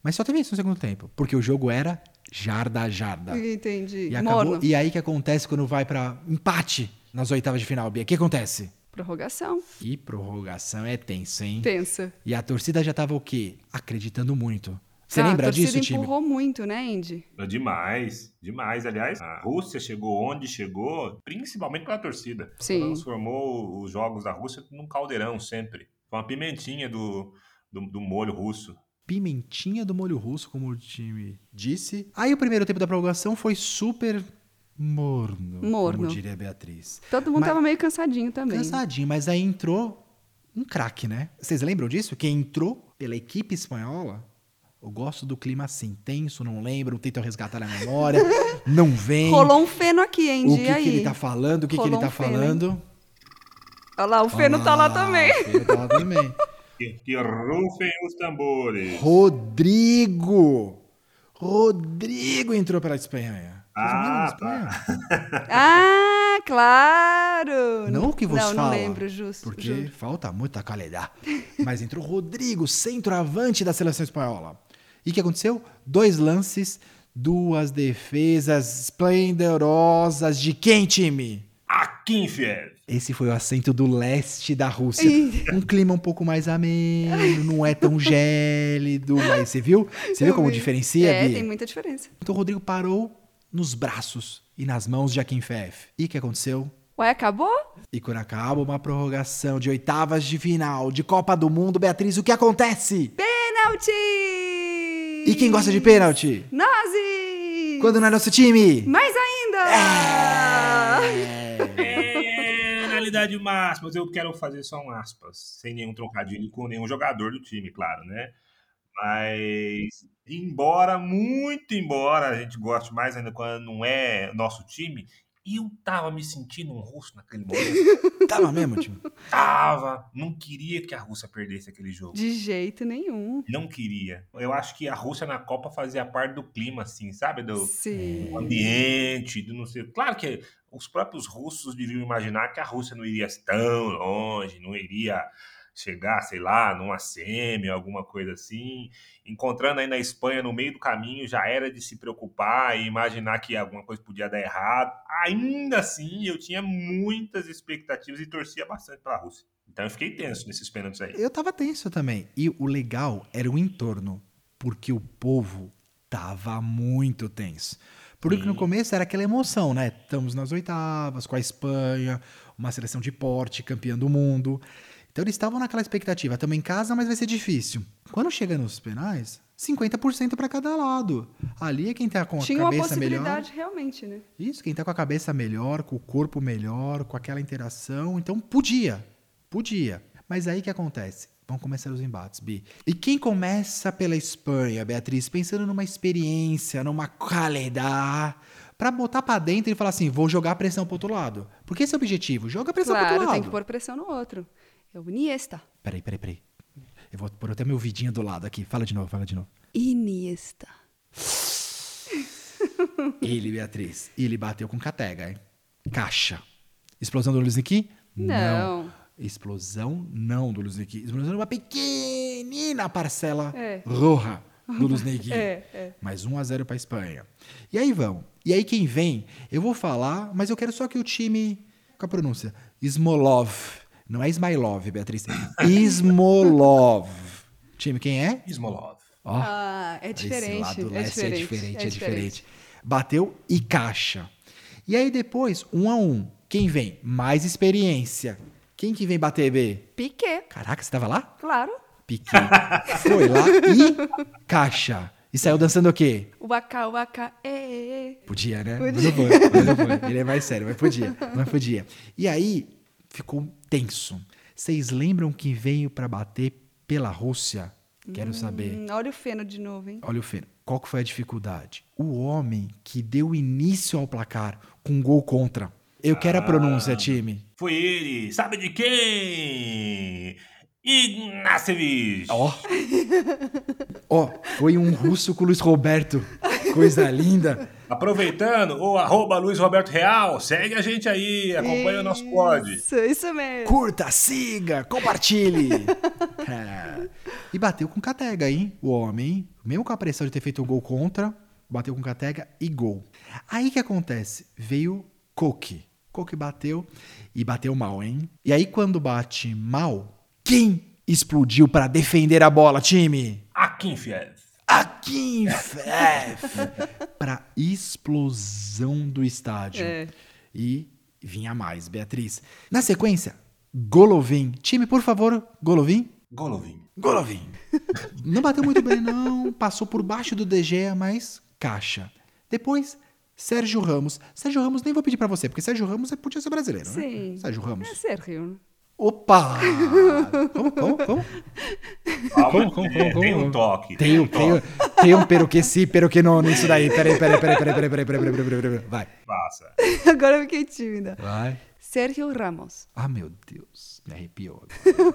Speaker 2: mas só teve isso no segundo tempo, porque o jogo era jarda a jarda.
Speaker 1: Entendi.
Speaker 2: Tá. E, acabou-
Speaker 1: Morno.
Speaker 2: e aí que acontece quando vai pra empate nas oitavas de final, Bia? O que acontece?
Speaker 1: Prorrogação.
Speaker 2: E prorrogação é tenso, hein?
Speaker 1: Tensa.
Speaker 2: E a torcida já tava o quê? Acreditando muito. Você
Speaker 1: Ah,
Speaker 2: lembra
Speaker 1: a torcida
Speaker 2: disso, time?
Speaker 1: empurrou muito, né, Andy?
Speaker 3: Demais, demais. Aliás, a Rússia chegou onde chegou, principalmente pela torcida.
Speaker 1: Sim.
Speaker 3: Ela Transformou os jogos da Rússia num caldeirão sempre. Foi uma pimentinha do, do, do molho russo.
Speaker 2: Pimentinha do molho russo, como o time disse. Aí o primeiro tempo da prorrogação foi super morno,
Speaker 1: Morno.
Speaker 2: como diria a Beatriz.
Speaker 1: Todo mundo
Speaker 2: Mas-
Speaker 1: tava meio cansadinho também.
Speaker 2: Cansadinho, mas aí entrou um craque, né? Vocês lembram disso? Quem entrou pela equipe espanhola? Eu gosto do clima assim, tenso, não lembro, tentam resgatar na memória, não vem.
Speaker 1: Rolou um feno aqui, Andy.
Speaker 2: o que,
Speaker 1: e
Speaker 2: que
Speaker 1: aí?
Speaker 2: ele tá falando, o que, que ele
Speaker 1: Rolou
Speaker 2: tá
Speaker 1: um feno, hein?
Speaker 2: falando.
Speaker 1: Olha lá, o feno tá lá também.
Speaker 2: O Feno tá lá também.
Speaker 3: Que, que rufem os tambores.
Speaker 2: Rodrigo! Rodrigo entrou pela Espanha. é. Vocês não lembram da
Speaker 3: Ah,
Speaker 2: Espanha?
Speaker 1: Ah, claro!
Speaker 2: Não o que você
Speaker 1: Não,
Speaker 2: fala.
Speaker 1: não lembro, justo.
Speaker 2: Porque
Speaker 1: juro.
Speaker 2: falta muita qualidade. Mas entrou Rodrigo, centroavante da seleção espanhola. E o que aconteceu? Dois lances, duas defesas esplendorosas de quem, time?
Speaker 3: Aqui, fiel.
Speaker 2: Esse foi o assento do leste da Rússia.
Speaker 1: Ih.
Speaker 2: Um clima um pouco mais ameno, não é tão gélido, mas você viu? Você viu
Speaker 1: Eu
Speaker 2: como
Speaker 1: vi.
Speaker 2: diferencia,
Speaker 1: É,
Speaker 2: Bi?
Speaker 1: tem muita diferença.
Speaker 2: Então o Rodrigo parou nos braços e nas mãos de Akinfeev. E o que aconteceu?
Speaker 1: Ué, acabou?
Speaker 2: E quando acaba uma prorrogação de oitavas de final de Copa do Mundo, Beatriz, o que acontece?
Speaker 1: Pênalti!
Speaker 2: E quem gosta de pênalti?
Speaker 1: Nazi!
Speaker 2: Quando não é nosso time?
Speaker 1: Mais
Speaker 2: É!
Speaker 1: ainda!
Speaker 3: Penalidade máxima. Mas eu quero fazer só um aspas, sem nenhum trocadilho com nenhum jogador do time, claro, né? Mas, embora, muito embora a gente goste mais ainda quando não é nosso time, eu tava me sentindo um russo naquele momento.
Speaker 2: Tava mesmo, time.
Speaker 3: tava. Não queria que a Rússia perdesse aquele jogo.
Speaker 1: De jeito nenhum.
Speaker 3: Não queria. Eu acho que a Rússia na Copa fazia parte do clima, assim, sabe? Do,
Speaker 1: Sim.
Speaker 3: do ambiente, do não sei. Claro que os próprios russos deviam imaginar que a Rússia não iria tão longe, não iria chegar, sei lá, numa semi, alguma coisa assim. Encontrando aí na Espanha, no meio do caminho, já era de se preocupar e imaginar que alguma coisa podia dar errado. Ainda assim, eu tinha muitas expectativas e torcia bastante para a Rússia. Então eu fiquei tenso nesses pênaltis aí.
Speaker 2: Eu tava tenso também. E o legal era o entorno, porque o povo tava muito tenso. Porque no começo era aquela emoção, né? Estamos nas oitavas, com a Espanha, uma seleção de porte, campeã do mundo. Então eles estavam naquela expectativa, estamos em casa, mas vai ser difícil. Quando chega nos penais, 50% para cada lado. Ali é quem tá com a
Speaker 1: Tinha uma
Speaker 2: cabeça melhor.
Speaker 1: possibilidade realmente, né?
Speaker 2: Isso, quem tá com a cabeça melhor, com o corpo melhor, com aquela interação. Então podia, podia. Mas aí que acontece? Vão começar os embates, Bi. E quem começa pela Espanha, Beatriz, pensando numa experiência, numa qualidade, pra botar pra dentro e falar assim, vou jogar a pressão pro outro lado. Porque esse é o objetivo, joga a pressão pro
Speaker 1: Claro,
Speaker 2: outro
Speaker 1: tem
Speaker 2: lado.
Speaker 1: que pôr pressão no outro. É o Iniesta.
Speaker 2: Peraí, peraí, peraí. Eu vou pôr até meu vidinho do lado aqui. Fala de novo, fala de novo.
Speaker 1: Iniesta.
Speaker 2: Ele, Beatriz, ele bateu com catega, hein? Caixa. Explosão do Luzinski?
Speaker 1: Não.
Speaker 2: Explosão não do Luzinski. Explosão de uma pequenina parcela
Speaker 1: É.
Speaker 2: roja do Luzinski.
Speaker 1: É, é.
Speaker 2: Mais 1 a 0 para Espanha. E aí vão. E aí quem vem, eu vou falar, mas eu quero só que o time. Qual a pronúncia? Smolov. Não é Smilov, Beatriz. Smolov. Time, quem é?
Speaker 3: Ismolov.
Speaker 2: Ó,
Speaker 1: Ah, é
Speaker 2: Esse
Speaker 1: diferente.
Speaker 2: lado
Speaker 1: é
Speaker 2: leste
Speaker 1: diferente.
Speaker 2: é diferente, é diferente. Bateu e caixa. E aí depois, um a um. Quem vem? Mais experiência. Quem que vem bater B?
Speaker 1: Piquet,
Speaker 2: Caraca, você tava lá?
Speaker 1: claro.
Speaker 2: Piquet. Foi lá e caixa. E saiu dançando o quê?
Speaker 1: O Waka Waka, é, é, é.
Speaker 2: Podia, né?
Speaker 1: Podia.
Speaker 2: Mas não foi, mas não foi. Ele é mais sério, mas podia, mas podia. E aí, ficou tenso. Vocês lembram que veio pra bater pela Rússia? Quero saber.
Speaker 1: Hum, olha o feno de novo, hein?
Speaker 2: Olha o Fer, qual que foi a dificuldade? O homem que deu início ao placar com um gol contra. Eu quero a pronúncia, time.
Speaker 3: Foi ele, sabe de quem? Ignacevich.
Speaker 2: Ó. Ó, foi um russo com o Luiz Roberto. Coisa linda.
Speaker 3: Aproveitando, o arroba Luiz Roberto Real, segue a gente aí, acompanha o nosso pod.
Speaker 1: Isso, isso mesmo.
Speaker 2: Curta, siga, compartilhe. É. E bateu com Catega, hein? O homem, hein? mesmo com a pressão de ter feito o gol contra, bateu com Catega e gol. Aí que acontece? Veio Coque. Coque bateu e bateu mal, hein? E aí quando bate mal, quem explodiu pra defender a bola, time?
Speaker 3: Akinfiev.
Speaker 2: Akin Fev. pra explosão do estádio
Speaker 1: É.
Speaker 2: e vinha mais, Beatriz. Na sequência, Golovin. Time, por favor, Golovin.
Speaker 3: Golovin.
Speaker 2: Golovin. Não bateu muito bem, não. Passou por baixo do DG, mas caixa. Depois, Sérgio Ramos. Sérgio Ramos, nem vou pedir pra você, porque Sérgio Ramos é, podia ser brasileiro, né?
Speaker 1: Sim.
Speaker 2: Sérgio Ramos.
Speaker 1: É Sérgio. né?
Speaker 2: Opa! Como, como, como?
Speaker 3: Calma,
Speaker 2: como,
Speaker 3: é,
Speaker 2: como,
Speaker 3: tem
Speaker 2: como?
Speaker 3: um toque.
Speaker 2: Tem um,
Speaker 3: um
Speaker 2: tem,
Speaker 3: toque.
Speaker 2: um- tem um peruque sim, peruque não nisso daí. Peraí, peraí, peraí, peraí, peraí, peraí, peraí, peraí, peraí, peraí. Vai.
Speaker 3: Passa.
Speaker 1: Agora eu fiquei tímida.
Speaker 2: Vai.
Speaker 1: Sérgio Ramos.
Speaker 2: Ah, meu Deus, me arrepiou. agora.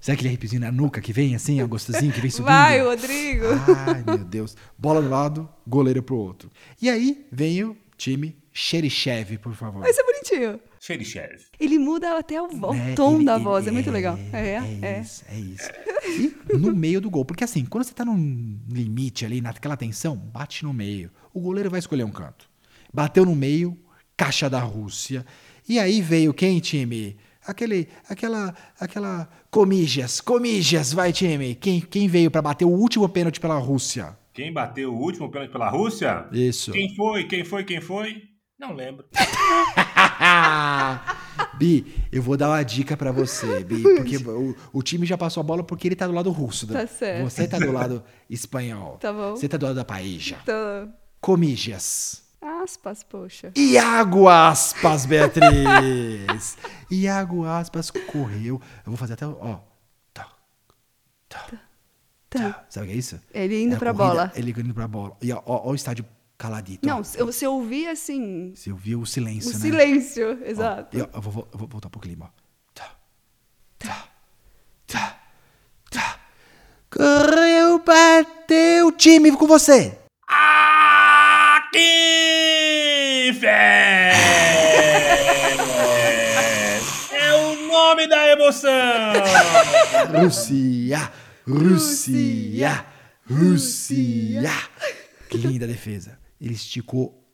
Speaker 2: Será aquele arrepiozinho na nuca que vem assim, ó, gostosinho, que vem subindo?
Speaker 1: Vai, Rodrigo.
Speaker 2: Ai, meu Deus. Bola de um lado, goleiro pro outro. E aí vem o time Xerichev, por favor.
Speaker 1: Mas é bonitinho.
Speaker 3: Xerichev.
Speaker 1: Ele muda até o, o
Speaker 2: Né?
Speaker 1: tom
Speaker 2: Ele-
Speaker 1: da
Speaker 2: ele-
Speaker 1: voz, é, muito legal. É,
Speaker 2: é,
Speaker 1: é.
Speaker 2: isso, é isso. E no meio do gol, porque assim, quando você tá num limite ali, naquela tensão, bate no meio. O goleiro vai escolher um canto. Bateu no meio, caixa da Rússia. E aí veio quem, time? Aquele, aquela, aquela Comígias, Comígias, vai time. Quem, quem veio pra bater o último pênalti pela Rússia?
Speaker 3: Quem bateu o último pênalti pela Rússia?
Speaker 2: Isso.
Speaker 3: Quem foi? Quem foi? Quem foi? Não lembro.
Speaker 2: Ah! Bi, eu vou dar uma dica pra você, Bi, porque o, o time já passou a bola porque ele tá do lado russo. né?
Speaker 1: Tá certo.
Speaker 2: Você tá do lado espanhol.
Speaker 1: Tá bom.
Speaker 2: Você tá do lado da paeja.
Speaker 1: Tô-
Speaker 2: Comígias.
Speaker 1: Aspas, poxa.
Speaker 2: Iago Aspas, Beatriz. Iago Aspas correu. Eu vou fazer até, o- ó. Tá, tá,
Speaker 1: Tá.
Speaker 2: tá. Sabe o que é isso?
Speaker 1: Ele indo
Speaker 2: É a
Speaker 1: pra
Speaker 2: corrida,
Speaker 1: bola.
Speaker 2: Ele indo pra bola. E ó, ó, ó o estádio caladito. ó.
Speaker 1: Não, se eu, se eu ouvir assim,
Speaker 2: Você ouviu o silêncio,
Speaker 1: o
Speaker 2: né?
Speaker 1: silêncio,
Speaker 2: Ó,
Speaker 1: exato.
Speaker 2: Eu, eu vou, vou- eu vou voltar pro clima. ó. Tá. Tá. Tá. Tá. Correu, bateu, time com você.
Speaker 3: Akinfiev! É o nome da emoção!
Speaker 2: Rússia, Rússia, Rússia. Que linda defesa. Ele esticou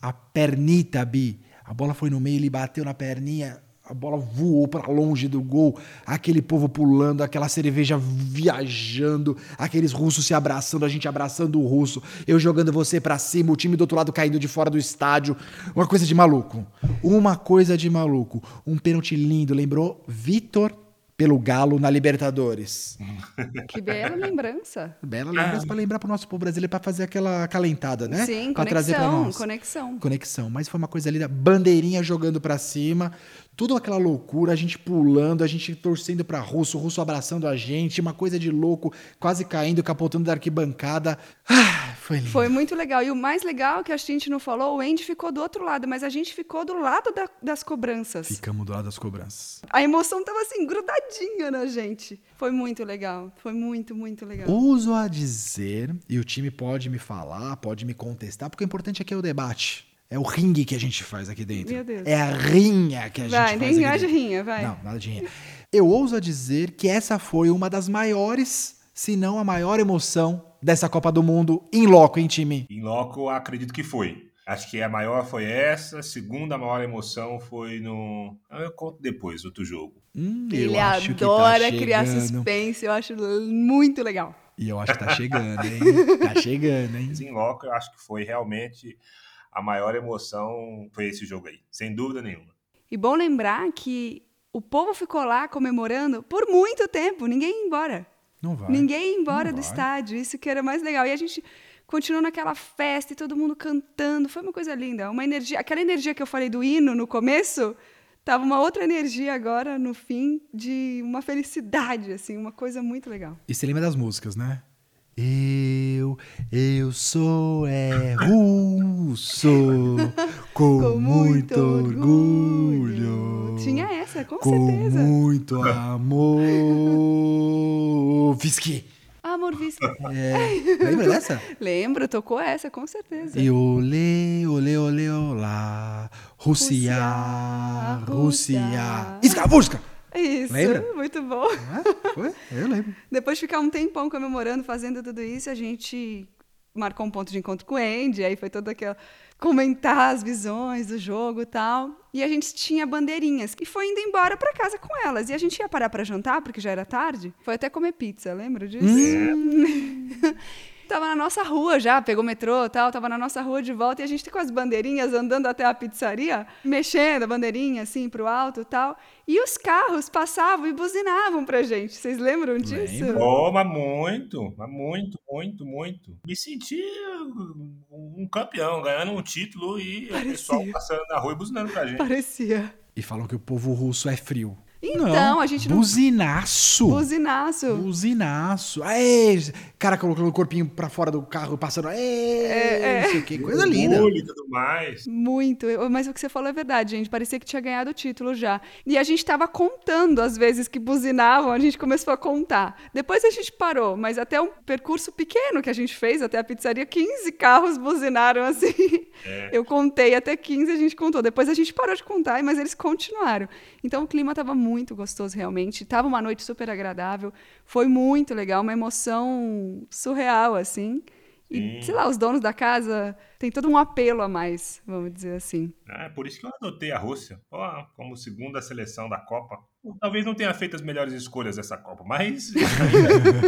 Speaker 2: a pernita, Bi. A bola foi no meio, ele bateu na perninha. A bola voou pra longe do gol. Aquele povo pulando, aquela cerveja viajando, aqueles russos se abraçando, a gente abraçando o russo, eu jogando você pra cima, o time do outro lado caindo de fora do estádio. Uma coisa de maluco. Uma coisa de maluco. Um pênalti lindo, lembrou Vitor pelo Galo na Libertadores.
Speaker 1: Que bela lembrança.
Speaker 2: Bela lembrança pra lembrar pro nosso povo brasileiro pra fazer aquela calentada, né?
Speaker 1: Sim,
Speaker 2: Pra trazer pra
Speaker 1: conexão,
Speaker 2: nós.
Speaker 1: conexão.
Speaker 2: Conexão. Mas foi uma coisa ali da bandeirinha jogando pra cima, tudo aquela loucura, a gente pulando, a gente torcendo pra russo, o russo abraçando a gente, uma coisa de louco, quase caindo, capotando da arquibancada. Ah, foi lindo.
Speaker 1: Foi muito legal. E o mais legal é que a gente não falou, o Andy ficou do outro lado, mas a gente ficou do lado da- das cobranças.
Speaker 2: Ficamos do lado das cobranças.
Speaker 1: A emoção tava assim, grudadinha na gente. Foi muito legal. Foi muito, muito legal.
Speaker 2: Ouso a dizer, e o time pode me falar, pode me contestar, porque o importante aqui é o debate. É o ringue que a gente faz aqui dentro.
Speaker 1: Meu Deus.
Speaker 2: É a rinha que a
Speaker 1: vai, nem
Speaker 2: gente faz aqui
Speaker 1: haja
Speaker 2: dentro.
Speaker 1: rinha, vai.
Speaker 2: Não, nada de rinha. Eu ouso a dizer que essa foi uma das maiores, se não a maior emoção dessa Copa do Mundo em loco, hein, time?
Speaker 3: Em loco, acredito que foi. Acho que a maior foi essa, a segunda maior emoção foi no. Ah, Eu conto depois, outro jogo.
Speaker 2: Hum,
Speaker 1: Ele
Speaker 2: eu acho que tá
Speaker 1: adora criar
Speaker 2: chegando.
Speaker 1: suspense, eu acho muito legal.
Speaker 2: E eu acho que tá chegando, hein? Tá chegando, hein?
Speaker 3: Mas em loco, eu acho que foi realmente a maior emoção foi esse jogo aí, sem dúvida nenhuma.
Speaker 1: E bom lembrar que o povo ficou lá comemorando por muito tempo, ninguém ia embora.
Speaker 2: Não vai.
Speaker 1: Ninguém ia embora
Speaker 2: Não
Speaker 1: do
Speaker 2: vai.
Speaker 1: estádio, isso que era mais legal. E a gente continuou naquela festa e todo mundo cantando, foi uma coisa linda, uma energia, aquela energia que eu falei do hino no começo, tava uma outra energia agora no fim de uma felicidade assim, uma coisa muito legal.
Speaker 2: E você lembra das músicas, né? Eu, eu sou é russo, com, muito orgulho.
Speaker 1: Tinha essa, com,
Speaker 2: com
Speaker 1: certeza.
Speaker 2: muito amor. Visque.
Speaker 1: Amor Visca.
Speaker 2: É, lembra dessa?
Speaker 1: Lembro, tocou essa, com certeza.
Speaker 2: E olê, olê, olê, olá. Rússia, Rússia.
Speaker 1: Rússia.
Speaker 2: Escabusca!
Speaker 1: Isso,
Speaker 2: Lembra?
Speaker 1: muito bom.
Speaker 2: Ah, foi? Eu lembro.
Speaker 1: Depois de ficar um tempão comemorando, fazendo tudo isso, a gente marcou um ponto de encontro com o Andy, aí foi todo aquele comentar as visões do jogo e tal. E a gente tinha bandeirinhas e foi indo embora pra casa com elas. E a gente ia parar pra jantar, porque já era tarde. Foi até comer pizza, lembra disso? tava na nossa rua já, pegou metrô e tal, tava na nossa rua de volta e a gente tá com as bandeirinhas andando até a pizzaria, mexendo a bandeirinha assim pro alto e tal. E os carros passavam e buzinavam pra gente. Vocês lembram disso?
Speaker 2: Lembro.
Speaker 3: Oh, mas muito, mas muito, muito, muito. Me senti um- um campeão, ganhando um título e o pessoal passando na rua e buzinando pra gente.
Speaker 1: Parecia.
Speaker 2: E falam que o povo russo é frio.
Speaker 1: Então, a gente não.
Speaker 2: Buzinaço.
Speaker 1: Buzinaço.
Speaker 2: Buzinaço. Aê! Cara colocando o corpinho pra fora do carro e passando. Aê!
Speaker 1: É,
Speaker 2: não sei o quê, coisa linda.
Speaker 3: Orgulho e tudo mais.
Speaker 1: Muito, Eu- mas o que você falou é verdade, gente. Parecia que tinha ganhado o título já. E a gente tava contando as vezes que buzinavam, a gente começou a contar. Depois a gente parou, mas até um percurso pequeno que a gente fez até a pizzaria, 15 carros buzinaram assim. Eu contei até 15, a gente contou. Depois a gente parou de contar, mas eles continuaram. Então o clima tava muito gostoso, realmente. Tava uma noite super agradável. Foi muito legal, uma emoção surreal, assim. E, sei lá, os donos da casa têm todo um apelo a mais, vamos dizer assim.
Speaker 3: Ah, é por isso que eu adotei a Rússia ó, como segunda seleção da Copa. Talvez não tenha feito as melhores escolhas dessa Copa, mas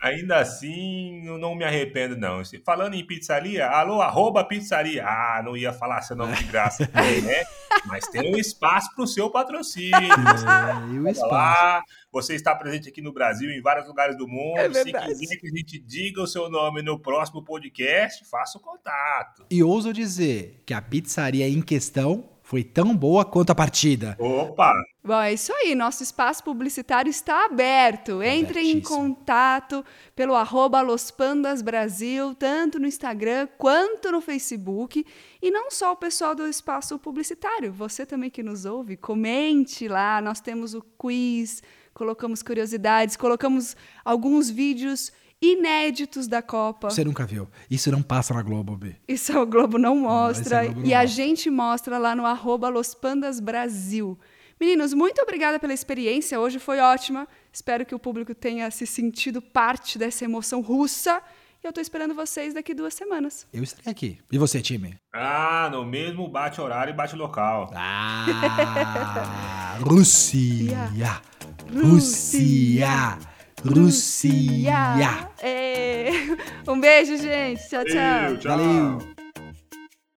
Speaker 3: ainda assim eu não me arrependo, não. Falando em pizzaria, alô, arroba pizzaria. Ah, não ia falar seu nome de graça, né? Mas tem um espaço pro seu patrocínio.
Speaker 2: É, e
Speaker 1: um
Speaker 2: o espaço.
Speaker 3: Olá, você está presente aqui no Brasil, em vários lugares do mundo.
Speaker 1: É
Speaker 3: Se
Speaker 1: verdade.
Speaker 3: quiser que a gente diga o seu nome no próximo podcast, faça o contato.
Speaker 2: E ouso dizer que a pizzaria em questão foi tão boa quanto a partida.
Speaker 3: Opa!
Speaker 1: Bom, é isso aí. Nosso espaço publicitário está aberto. Entrem em
Speaker 2: Abertíssimo.
Speaker 1: contato pelo arroba Los Pandas Brasil, tanto no Instagram quanto no Facebook. E não só o pessoal do espaço publicitário, você também que nos ouve, comente lá. Nós temos o quiz, colocamos curiosidades, colocamos alguns vídeos inéditos da Copa.
Speaker 2: Você nunca viu. Isso não passa na Globo, B.
Speaker 1: Isso é o Globo não
Speaker 2: Ah, isso
Speaker 1: mostra.
Speaker 2: a Globo não
Speaker 1: e a
Speaker 2: mostra.
Speaker 1: gente mostra lá no arroba Los Pandas Brasil. Meninos, muito obrigada pela experiência. Hoje foi ótima. Espero que o público tenha se sentido parte dessa emoção russa. E eu tô esperando vocês daqui duas semanas.
Speaker 2: Eu estarei aqui. E você, time?
Speaker 3: Ah, no mesmo bate horário e bate local.
Speaker 2: Ah, Rússia. Rússia.
Speaker 1: Rússia.
Speaker 2: Rússia.
Speaker 1: É. Um beijo, gente. Tchau, tchau.
Speaker 3: Valeu, tchau.
Speaker 2: Valeu.